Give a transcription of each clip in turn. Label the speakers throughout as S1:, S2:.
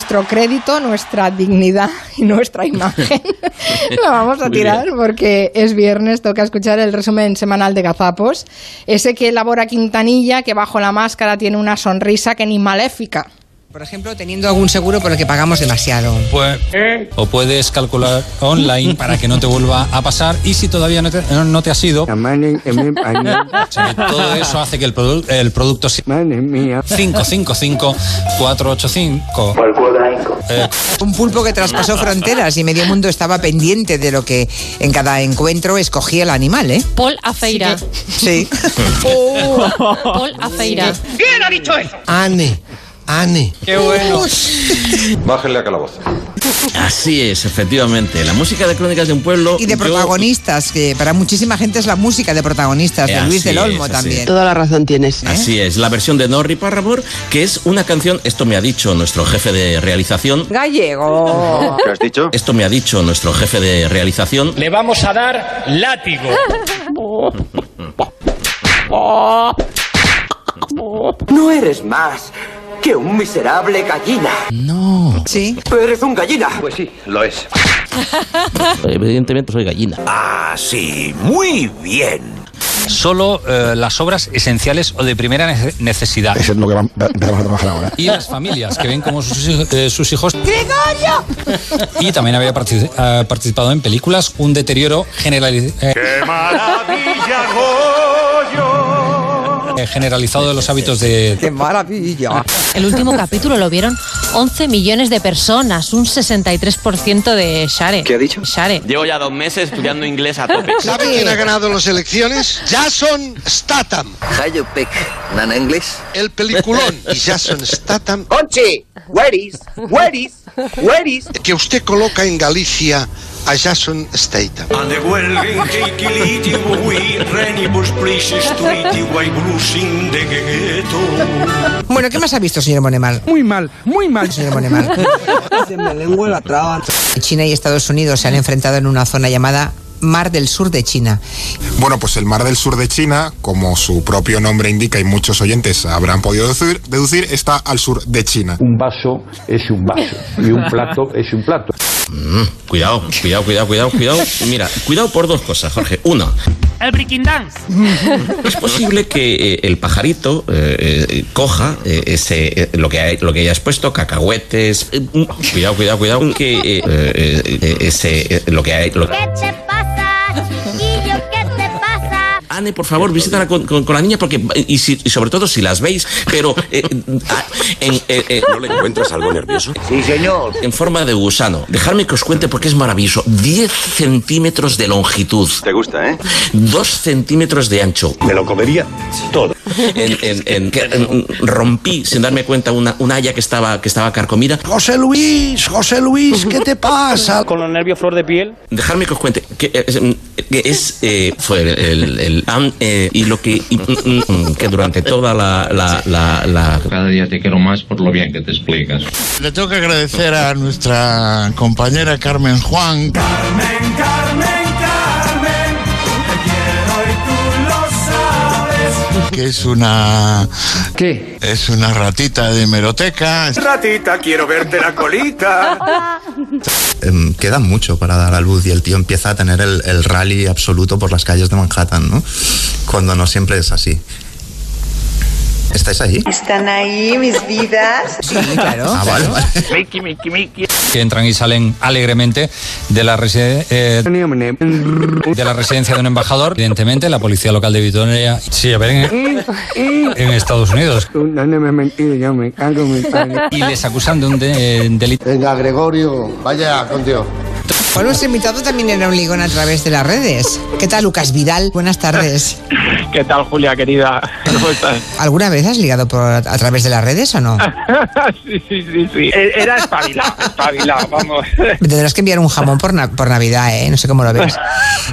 S1: nuestro crédito, nuestra dignidad y nuestra imagen la vamos a
S2: Muy
S1: tirar
S2: bien.
S1: porque es viernes, toca escuchar el resumen semanal de Gazapos, ese que elabora Quintanilla, que bajo la máscara tiene una sonrisa que ni maléfica.
S3: Por ejemplo, teniendo algún seguro por el que pagamos demasiado.
S4: Pues- o puedes calcular online para que no te vuelva a pasar y si todavía no te, no- no te has ido, o sea, que todo eso hace que el, produ- el producto sea 555-485. Eh,
S3: Un pulpo que traspasó fronteras y medio mundo estaba pendiente de lo que en cada encuentro escogía el animal, ¿eh?
S5: Paul Afeira.
S3: Sí.
S5: Paul Afeira.
S6: Ane, Ane.
S7: Bájenle a calabozo.
S2: Así es, efectivamente. La música de Crónicas de un Pueblo.
S3: Y de
S2: yo-
S3: protagonistas, que para muchísima gente es la música de protagonistas, de
S2: Eh,
S3: Luis
S2: así
S3: del Olmo
S2: es, así
S3: también.
S8: Toda la razón
S3: ¿eh?
S8: tienes.
S2: Así es, la versión de Norri Parramor, que es una canción, esto me ha dicho nuestro jefe de realización,
S3: Gallego.
S7: ¿Qué has dicho?
S2: esto me ha dicho nuestro jefe de realización,
S9: Le vamos a dar látigo.
S10: No eres más que un miserable gallina.
S3: Sí.
S10: Eres un gallina.
S7: Pues sí, lo es.
S2: evidentemente soy gallina.
S10: Así, muy bien.
S4: Solo eh, las obras esenciales o de primera nece- necesidad.
S6: Eso es lo que vam- empezamos a trabajar ahora.
S4: Y las familias que ven como sus, hij- eh, sus hijos. ¡Gregorio! Y también había partici- eh, participado en películas Un deterioro generali- eh,
S7: ¡Qué maravilla,
S4: eh, generalizado de los hábitos de.
S3: ¡Qué maravilla!
S5: El último capítulo lo vieron 11 millones de personas, un 63% de share.
S7: ¿Qué ha dicho?
S5: Share.
S9: Llevo ya dos meses estudiando inglés a tope.
S6: ¿Sabe quién ha ganado las elecciones? Jason Statham,
S10: Hayopek, nana inglés.
S6: el peliculón. Y Jason Statham,
S10: Conchi, where is, where is, where is.
S6: que usted coloca en Galicia a Jason Statham.
S3: Bueno, ¿qué más ha visto, señor Monemal?
S10: Muy mal, muy mal.
S3: Señor Monemal.
S10: Se me lengua la traba.
S3: China y Estados Unidos se han enfrentado en una zona llamada Mar del Sur de China.
S11: Bueno, pues el Mar del Sur de China, como su propio nombre indica y muchos oyentes habrán podido deducir, deducir, está al sur de China.
S9: Un vaso es un vaso y un plato es un plato.
S2: Cuidado, cuidado, cuidado, cuidado, cuidado. Mira, cuidado por dos cosas, Jorge. Una,
S9: El breaking dance.
S2: es posible que eh, el pajarito eh, eh, coja eh, ese, eh, lo, que hay, lo que hayas puesto, cacahuetes. eh, mm, cuidado, cuidado, cuidado. Que eh, eh, eh, ese, eh, lo que hay. lo-
S5: te pasa, chiquillo? ¿Qué te pasa?
S2: Ane, por favor, visítala con, con- con la niña porque y, si- y sobre todo si las veis, pero eh, ah, en, eh, eh, no le encuentras algo nervioso.
S10: Sí, señor.
S2: En forma de gusano. Dejadme que os cuente porque es maravilloso. 10 centímetros de longitud.
S7: Te gusta, ¿eh?
S2: 2 centímetros de ancho.
S7: Me lo comería todo.
S2: En, en- en- que, en- rompí sin darme cuenta una, una haya que estaba, que estaba carcomida.
S6: José Luis, José Luis, ¿qué te pasa?
S9: Con los nervios flor de piel.
S2: Dejadme que os cuente que eh, es, mm, que es, eh, fue el, el- el- am- eh, y lo que y- mm, mm, mm, que durante toda la, la, la- la-
S9: Cada día te quiero más por lo bien que te explicas.
S6: Le tengo que agradecer a nuestra compañera Carmen Juan.
S10: Carmen, Carmen, Carmen. Te quiero y tú lo sabes.
S6: que es una
S9: ¿Qué?
S6: es una ratita de hemeroteca.
S10: Ratita, quiero verte la colita.
S11: queda mucho para dar a luz y el tío empieza a tener el, el rally absoluto por las calles de Manhattan, ¿no? Cuando no siempre es así. ¿Estáis ahí?
S8: Están ahí mis vidas.
S3: Sí, Eh, claro.
S11: Ah, vale, vale.
S9: Mickey, Mickey, Mickey.
S4: que entran y salen alegremente de la, reside- eh, de la residencia de un embajador. Evidentemente, la policía local de Vitoria. Sí, a ver, en, en Estados Unidos. Y les acusan de un de- delito.
S6: Venga, Gregorio, vaya contigo.
S3: Bueno, nuestro invitado también era un ligón a través de las redes. ¿Qué tal, Lucas Vidal? Buenas tardes.
S9: ¿Qué tal, Julia, querida? ¿Cómo estás?
S3: ¿Alguna vez has ligado por, a través de las redes o no?
S9: sí, sí, sí, sí.
S10: Eh,
S9: E- Era espabilado, espabilado, vamos.
S3: Me tendrás que enviar un jamón por, na- por Navidad, ¿eh? No sé cómo lo ves.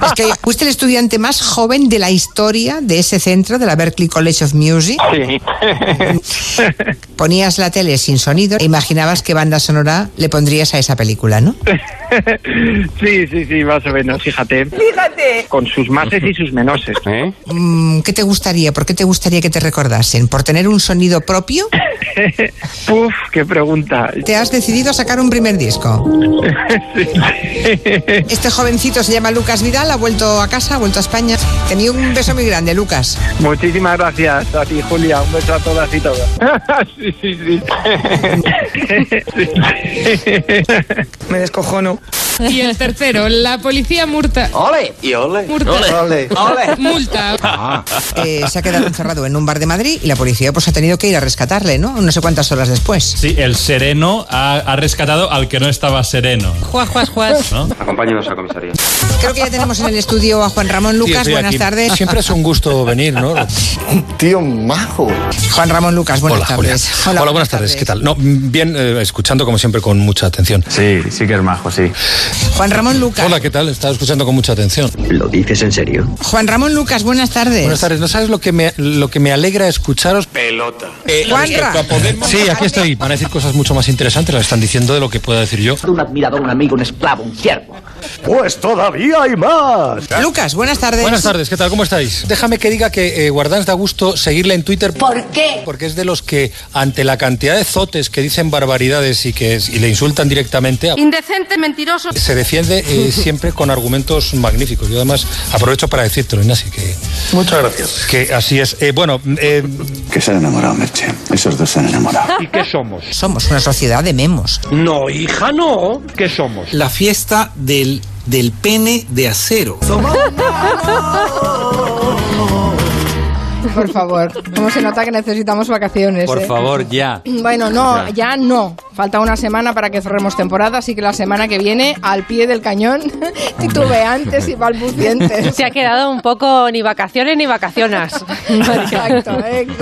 S3: Es que fuiste el estudiante más joven de la historia de ese centro, de la Berklee College of Music.
S9: Sí.
S3: Ponías la tele sin sonido e imaginabas qué banda sonora le pondrías a esa película, ¿no?
S6: Sí, sí, sí, más o menos, fíjate. Fíjate. Con sus mases y sus menoses. ¿Eh?
S3: Mm, ¿Qué te gustaría? ¿Por qué te gustaría que te recordasen? ¿Por tener un sonido propio?
S6: Puf, qué pregunta.
S3: ¿Te has decidido a sacar un primer disco? Este jovencito se llama Lucas Vidal, ha vuelto a casa, ha vuelto a España. Tenía un beso muy grande, Lucas.
S6: Muchísimas gracias a ti, Julia. Un beso a todas y todos. Sí, sí, sí.
S10: Me descojono.
S12: Y el tercero, la policía multa.
S10: ¡Ole! Y ole.
S12: Multa.
S10: Ole. Ole.
S12: Multa.
S7: Ah.
S3: Eh, se ha quedado encerrado en un bar de Madrid y la policía pues ha tenido que ir a rescatarle, ¿no? No sé cuántas horas después.
S13: Sí, el sereno ha, ha rescatado al que no estaba sereno.
S5: Juas, juas, juas.
S13: ¿no?
S7: Acompáñenos a comisaría.
S3: Creo que ya tenemos en el estudio a Juan Ramón Lucas. Buenas tardes.
S4: Siempre es un gusto venir, ¿no? Un tío majo.
S3: Juan Ramón Lucas, buenas
S4: Hola, Julia.
S3: tardes.
S4: Hola, buenas tardes. ¿Qué tal? No, bien, eh, escuchando como siempre con mucha atención. Sí, sí que es majo, sí.
S3: Juan Ramón Lucas.
S4: Hola, ¿qué tal? Estaba escuchando con mucha atención. ¿Lo dices en serio?
S3: Juan Ramón Lucas, buenas tardes.
S4: Buenas tardes. ¿No sabes lo que me, lo que me alegra escucharos? Eh,
S7: Pelota.
S3: Juanra.
S4: Sí, aquí estoy. Van a decir cosas mucho más interesantes, las están diciendo de lo que pueda decir yo.
S14: Un admirador, un amigo, un esclavo, un siervo.
S4: Pues todavía hay más.
S3: Lucas, buenas tardes.
S4: Buenas tardes, ¿qué tal? ¿Cómo estáis? Déjame que diga que eh, Guardans da gusto seguirle en Twitter. ¿Por qué? Porque es de los que, ante la cantidad de zotes que dicen barbaridades y que y le insultan directamente, a-
S12: Indecente, mentiroso.
S4: se defiende eh, siempre con argumentos magníficos. Yo además aprovecho para decírtelo, Ignacio, que... Muchas gracias. Que así es. Eh, bueno, eh,
S7: Que se han enamorado, Merche. Esos dos se han enamorado.
S4: ¿y qué somos?
S3: Somos una sociedad de memos.
S4: No, hija, no. ¿Qué somos?
S2: La fiesta del, del pene de acero.
S1: Por favor, cómo se nota que necesitamos vacaciones.
S2: Por
S1: eh?
S2: favor, ya.
S1: Bueno, no,
S2: Ya.
S1: ya no. Falta una semana para que cerremos temporada, así que la semana que viene, al pie del cañón, titubeantes y balbucientes.
S5: Se ha quedado un poco ni vacaciones ni vacaciones.
S1: Exacto, ¿eh? exacto.